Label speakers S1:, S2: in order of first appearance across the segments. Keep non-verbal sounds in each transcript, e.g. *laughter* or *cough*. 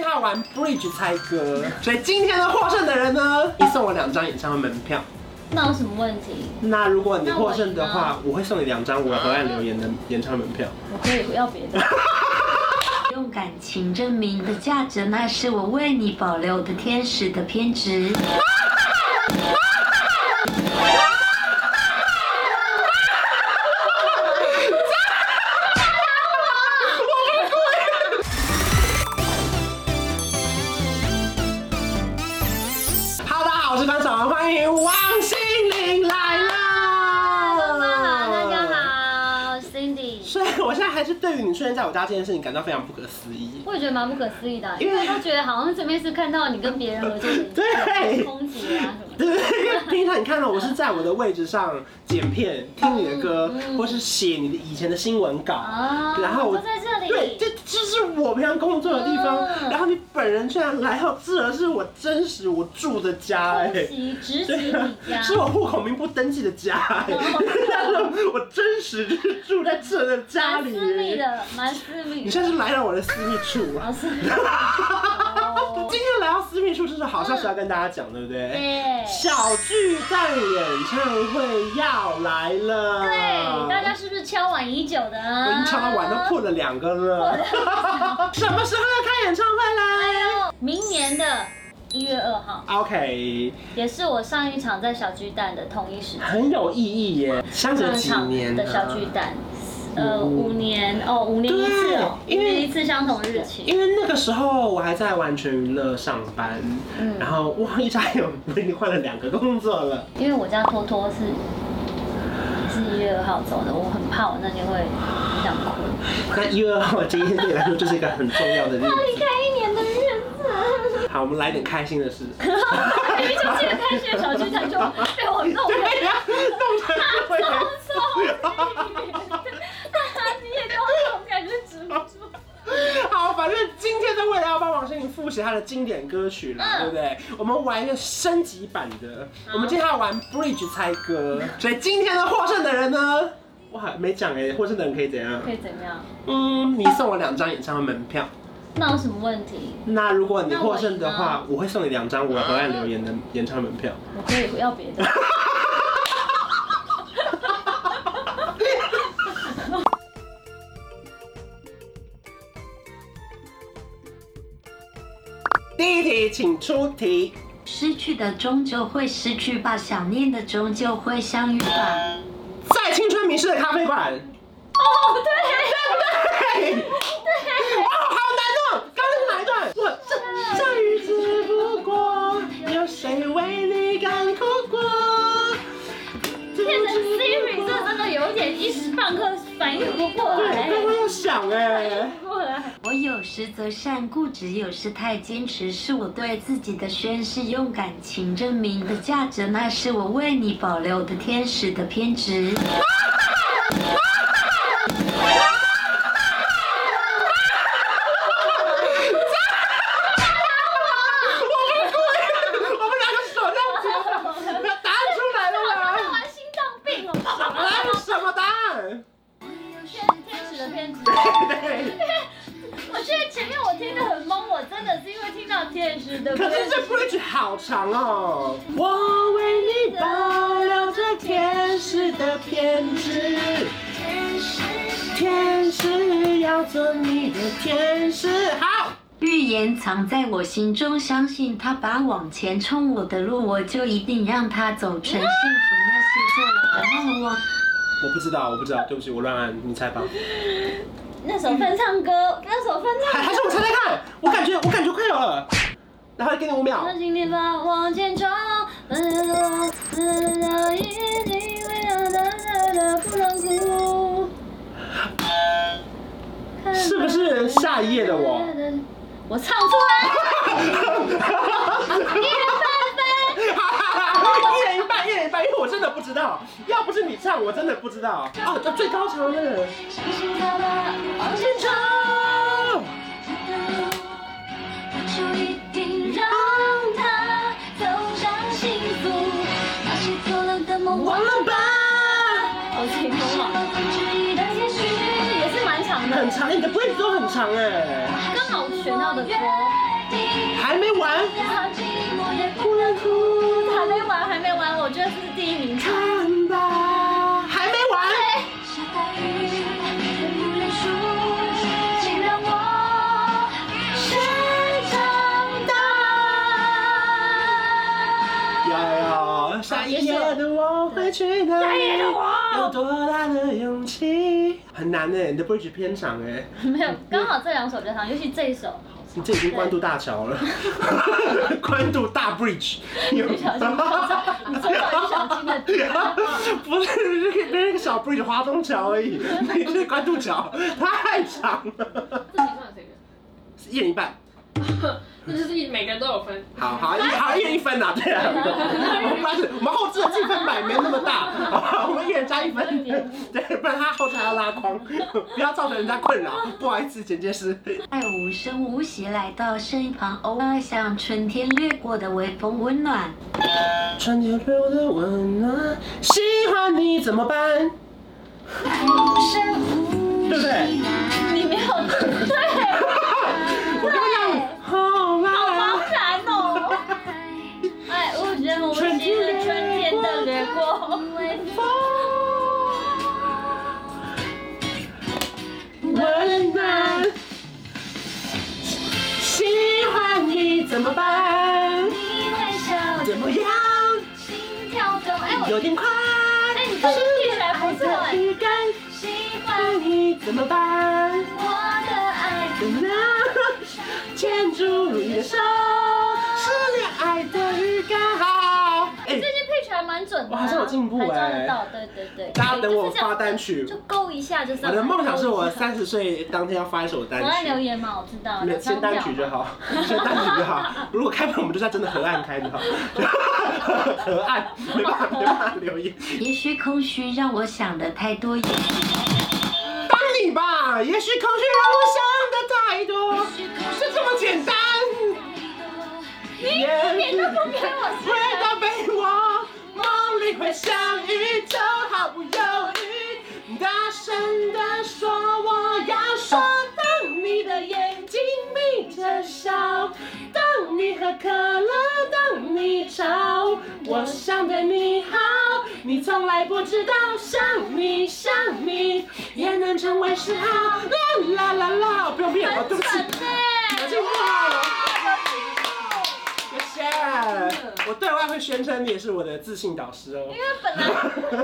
S1: 要玩 Bridge 猜歌，所以今天的获胜的人呢，你送我两张演唱会门票。
S2: 那有什么问题？
S1: 那如果你获胜的话，我会送你两张我河岸留言的演唱会门票。
S2: 我可以不要别
S1: *laughs*
S2: 的。
S3: 用感情证明的价值，那是我为你保留的天使的偏执。
S1: Hello，大家好，我是班长，欢迎王心凌来啦！
S2: 大家。好，我是 Cindy。
S1: 虽然我现在还是对于你出现在我家这件事情感到非常不可思议。
S2: 我也觉得蛮不可思议的，啊
S1: 因
S2: 因
S1: 为
S2: 为都觉得好像这边是看到你跟别人合作的影
S1: *laughs* 对
S2: 片，空姐啊什么的。
S1: 对，因为平常你看到我是在我的位置上剪片、听你的歌
S2: 嗯，嗯
S1: 或是写你的以前的新闻稿，
S2: 啊，
S1: 然后我
S2: 都在这里。
S1: 对，这这是我平常工作的地方。
S2: 嗯
S1: 然后你本人居然来到，这儿是我真实我住的家哎、
S2: 空袭直击
S1: 对啊
S2: 你
S1: *laughs*
S2: 家，
S1: 是我户口名不登记的家哎、我真实就是住在这的家
S2: 蛮
S1: 里、
S2: 私密的，蛮私密的。哦
S1: 你现在是来到我的私密处了。
S2: 老师，
S1: *laughs*
S2: 哦
S1: 今天来到私密处，这是好消息要跟大家讲，对不对？
S2: 对
S1: 小巨蛋演唱会要来了，
S2: 对，大家是啊不是敲碗已久的？
S1: 我已经唱到碗都破了两个了， *laughs* 什么时候要开演唱会
S2: 哎
S1: 啦
S2: 呦，明年的一月二号，
S1: ？OK，
S2: 也是我上一场在小巨蛋的同一时间。
S1: 很有意义耶，相隔
S2: 上
S1: 几
S2: 场
S1: 年
S2: 嗯的小巨
S1: 啊
S2: 蛋，呃，五年哦，五年一次哦，五
S1: 对因为
S2: 年一次相同日期。
S1: 因为那个时候我还在完全娱乐上班，
S2: 嗯
S1: 然后哇，一眨眼我已经换了两个工作了。
S2: 因为我家托托是是一月二号走的，我很怕我那天会想哭。
S1: 那一月二号今天对你来说就是一个很重要的日
S2: 他离
S1: 子。
S2: 开一年的日
S1: *laughs*
S2: 子，
S1: 好，我们来点开心的事。
S2: 明明就是个开学小巨蛋就被我弄回
S1: 对呀， *laughs* 弄成这回
S2: *laughs* 好啊聪 *laughs* 明，你也给我这种感觉止不
S1: *laughs*
S2: 住。
S1: 好，反正今天是为了要帮王心凌复习她的经典歌曲啦，
S2: 嗯
S1: 对不对？我们玩一个升级版的，我们今天要玩 Bridge 猜歌，所以今天的获胜的人呢，哇，没讲哎，获胜的人可以怎样
S2: 可？以怎样？
S1: 嗯，你送我两张演唱会门票。
S2: 那有什么问题？
S1: 那如果你
S2: 那
S1: 获
S2: 我
S1: 胜的
S2: 赢
S1: 话
S2: 了，
S1: 我会送你两张我河岸留言的演唱门票。
S2: 我可以不要
S1: *laughs*
S2: 别的。哦
S1: 第一题，请出题。
S3: 失去的终究会失去吧，想念的终究会相遇吧。
S1: 在青春迷失的咖啡馆。
S2: 哦，对。
S1: 嘿哇，好难哦！刚刚是哪一段？我这这日子不过，有谁为你干哭过？
S2: 变成 Siri，这真的有一点一时半刻反应不过来
S1: 对，。刚刚要想哎。
S2: 过来，
S3: 我有时则善固执，有时太坚持，是我对自己的宣誓。用感情证明的价值，那是我为你保留的天使的偏执。
S1: 我们两个手这样子，答案出来了吗？
S2: 完心脏病哦！
S1: 答案是什么答案？
S2: 天使的天使，
S1: 对。
S2: 我觉得前面我听得很懵，我真的是因为听到天使的
S1: 可
S2: 天
S1: 是这
S2: 使。
S1: bridge 好长哦。我为你保留着天使的偏执，天使要做你的天使。好，
S3: 预言藏在我心中，相信他把往前冲我的路，我就一定让他走成幸福那些做我的梦哦。
S1: 我不知道，我不知道，对不起，我乱按，你猜吧。
S2: 那首翻唱歌，那首翻
S1: 还
S2: 唱
S1: 还是我猜猜看，我感觉我感觉快有了。然后给你五秒
S2: 那。今天把往前冲，我知道一定会让大家的不能哭。
S1: 是不是下一页的我？ *laughs*
S2: 我唱出来，一人半分。
S1: 一人一半，一人一半，因为我真的不知道，要不是你唱，我真的不知道。哦，这最高潮的那个。
S2: 相信他吧，往前冲。
S4: 就一定让他走上幸福。那些做了的梦，
S1: 忘了吧，
S2: 我自己疯了，也是蛮长的
S1: 很，长，你的 b r 都很长哎。
S2: 刚好选到的歌。这是第一名。
S1: 看吧，还没完。
S4: 下大雨，忍不认输，请让我先长大。
S1: 哎要有山野的我会去哪里？山野的我有多大的勇气？很难哎，你的 bridge 偏长哎，
S2: 没有，刚好这两首比较长，尤其这一首。
S1: 你这已经关渡大桥
S2: *laughs*
S1: 了，关渡大 bridge。
S2: 不
S1: *laughs*
S2: 小心跳到你真的不小心的点。
S1: 不是，是那个小 bridge 华东桥而已，你是关渡桥，太长了，
S5: 这情况有谁分？
S1: 一人一半。
S5: *laughs* 那就是每个人都有分。
S1: 好好一好一人一分呐、对啊，我们发现我们后置的计分板没那么大，好吧我们一人加一分，对，不然他后置还要拉框，不要造成人家困扰，不好意思，剪接师。
S3: 爱无声无息来到身旁，偶尔像春天掠过的微风温暖。
S1: 春天对我的温暖，喜欢你怎么办？对不对？
S2: 你没有对，
S1: 我刚刚好啦，
S2: 好难哦。哎爱无人无息的春天的掠过，
S1: 温暖，喜欢你怎么办？
S4: 你微笑，
S1: 怎么样？
S4: 心跳动，哎，我
S1: 有点快，
S2: 哎，你这听起来不错
S1: 爱的
S2: 哎。
S1: 语感，
S4: 喜欢
S1: 欢你怎么办？
S4: 我的爱，
S1: 怎么样？ *laughs* 牵住你的手，是恋爱的预感。好，哎
S2: 最，近配曲还蛮准的、啊，
S1: 哇这有进步哎
S2: 还抓得到，对对对。
S1: 大家等我
S2: 就是这样
S1: 发单曲
S2: 就勾一下就上
S1: 我
S2: 来。
S1: 的梦想是我
S2: 勾一下
S1: 三十岁当天要发一首单
S2: 我爱留
S1: 曲。
S2: 言嘛，我知道。
S1: 没有
S2: 有
S1: 先单曲就好，先单曲就好。如果开门，我们就在真的河岸开就好。 *laughs* 河岸没办法，没办法留言。
S3: 也许空虚让我想的太多，也
S1: 帮你吧，也许空虚让我想的太多，就这么简单。你
S2: 你都不给我
S1: 回到被窝，梦里会相遇，就毫不犹豫，大声地说我要说。当你的眼睛眯着笑，当你喝可乐，当你吵，我想对你好，你从来不知道，想你想你也能成为嗜好。啦啦啦啦，不用变，哦，对不起，我进步了。谢谢。我对外会宣称你也是我的自信导师哦
S2: 因。为本来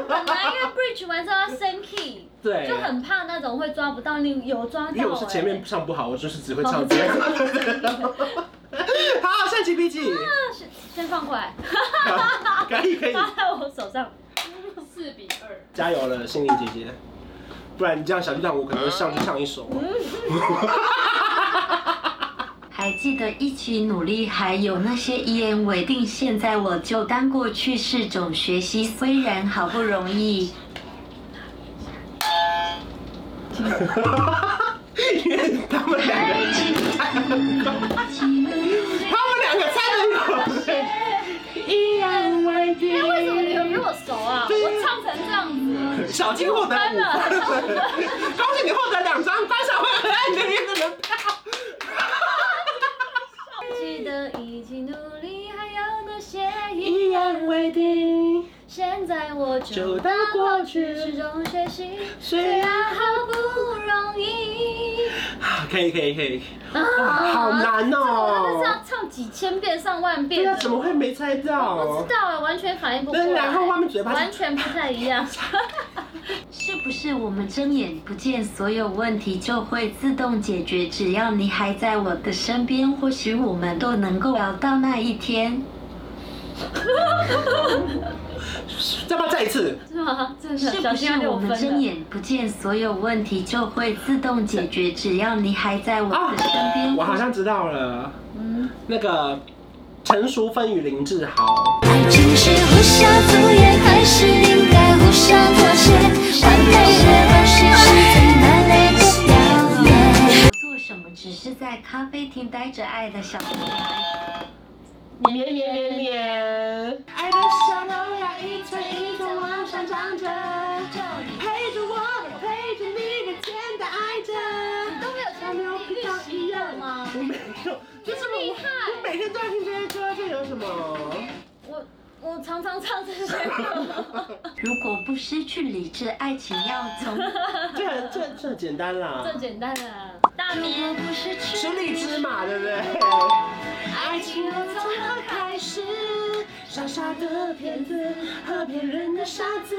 S2: 本来因为 bridge 完之后要升 key，
S1: 对
S2: 就很怕那种会抓不到，你有抓到、欸。
S1: 因为我是前面唱不好，我就是只会唱这样。好，下集笔记，
S2: 那先先放过来，
S1: *laughs* 可以可以，
S2: 放在我手上。
S5: 四比二。
S1: 加油了，心灵姐姐，不然你这样小剧场我可能会上去唱一首。
S3: 还记得一起努力，还有那些一言为定。现在我就当过去是种学习，虽然好不容易。
S1: 因为他们两个，他们两个猜的有。依然未定。
S2: 因为为什么你们比我熟啊？
S1: 对啊
S2: 我唱成这样
S1: *laughs*
S2: 子，
S1: 小金获得五分，恭喜你获得两张关晓慧和爱你的人的门票。
S2: 记得一起努力，还有那些意。
S1: 依然未定，
S2: 现在我
S1: 就
S2: 就
S1: 当过去
S2: 始终学习，
S1: 虽然
S2: 好不容易。
S1: 啊可以可以可以，哇，
S2: 啊
S1: 好难
S2: 真的是要
S1: 哦。
S2: 唱几千遍、上万遍
S1: 对
S2: 的。
S1: 啊，怎么会没猜
S2: 不
S1: 到
S2: 知？道啊，完全反应不过来。
S1: 对然后他们嘴巴是
S2: 完全不太一样。
S3: 是不是我们睁眼不见，所有问题就会自动解决？只要你还在我的身边，或许我们都能够熬到那一天。
S1: 要不要再一次？
S2: *laughs* 是吗？真的，
S3: 是啊
S2: 小心啊
S3: 不是
S2: 要六
S3: 我
S2: 分 *laughs*
S3: 们
S2: 的
S3: 睁眼不见，所有问题就会自动解决？只要你还在我的身边。
S1: 啊我好像知道了，那个陈淑芬与林志豪，
S4: 爱情是互相敷衍，还是应该互相妥协？完美的关系是最难累的表演。
S3: 做什么？只是在咖啡厅待着，爱的小男孩。
S1: 绵绵绵绵，爱的小楼呀，一层一层往上涨着，陪着我，陪着你，人间的爱着。
S2: 都没有
S1: 像牛皮糖一样
S2: 吗？
S1: *laughs* 我没有，就是我，我每天都要听这些歌，这有什么？ *laughs*
S2: 我我常常唱这些歌，
S3: 如果不失去理智，爱情要从
S1: 这这这简单啦
S2: 这，简单啊。大
S3: 我
S2: 眠
S3: 不失去
S1: 吃荔枝嘛，对不对？
S2: 爱情要从何开始？
S1: 傻傻的骗子和骗人的傻子，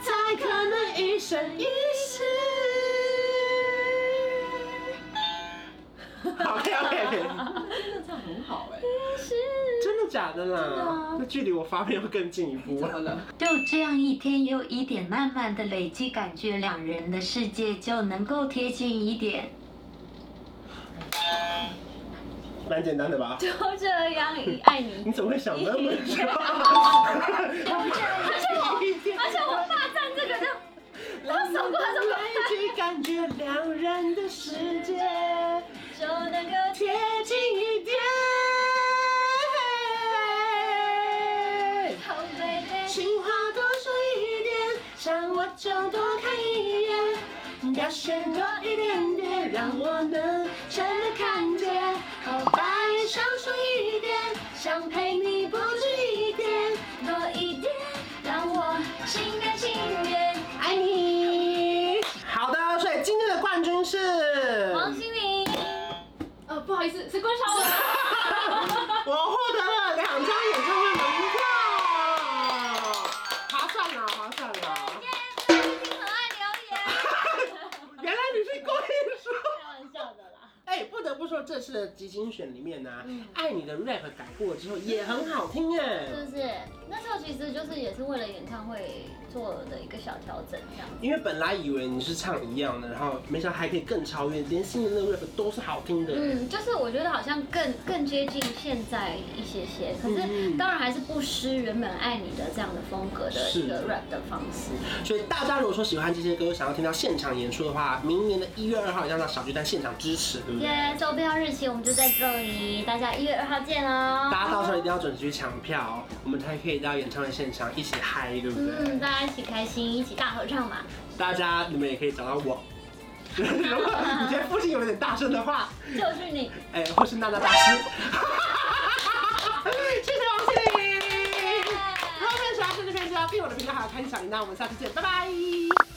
S1: 才可能一生一世。OK *laughs* OK，
S6: 真的唱很好
S1: 欸
S6: 哎，
S1: 真的假的啦？那距离我发片会更进一步
S6: 怎。么了？
S3: 就这样一天又一点，慢慢的累积，感觉两人的世界就能够贴近一点。
S1: 蛮简单的吧？
S2: 就这样一爱你。
S1: 你怎么会想那么久？一天
S2: 而且我霸占这个就，
S1: 他手过手累积，感觉两人的世界
S2: 就能够
S1: 贴近一点。
S2: 逃飞飞。
S1: 情话多说一点，想我就多看一眼，表现多一点点，让我能真的看见。好吧，也少说一点，想陪你不止一点，
S2: 多一点，让我心甘情愿。
S1: 爱你。好的，所以今天的冠军是
S2: 王心凌，
S5: 呃，不好意思，是关晓 *laughs* 雯。
S1: *laughs* 我获得了两张演唱会门票，划算了，划算了。
S2: 耶！很爱留言，
S1: *laughs* 原来你是故意说。
S2: 开玩笑的啦。
S1: *laughs* 哎，不得不说，这次的集精选里面呢、爱你的 rap 改过之后也很好听哎
S2: 是，不是？那时候其实就是也是为了演唱会做的一个小调整，这样。
S1: 因为本来以为你是唱一样的，然后没想到还可以更超越，连新的那个 rap 都是好听的。
S2: 嗯，就是我觉得好像更更接近现在一些些，可是当然还是不失原本爱你的这样的风格的
S1: 是
S2: 一个 rap 的方式。
S1: 所以大家如果说喜欢这些歌，想要听到现场演出的话，明年的一月二号一定要到小巨蛋现场支持，对不对？
S2: 耶，周标日期我们就在这里，大家一月二号见哦。
S1: 大家到时候一定要准时去抢票，我们才可以到演唱会现场一起嗨，对不对？
S2: 嗯，大家一起开心，一起大合唱嘛。
S1: 大家你们也可以找到我。如果你觉得附近有点大声的话，
S2: 就是 *laughs* 你，
S1: 哎、或是娜娜大师。 *laughs* 谢谢王心凌。如果更喜欢这支片，就要订阅我的频道，还有开启小铃铛。我们下次见，拜拜。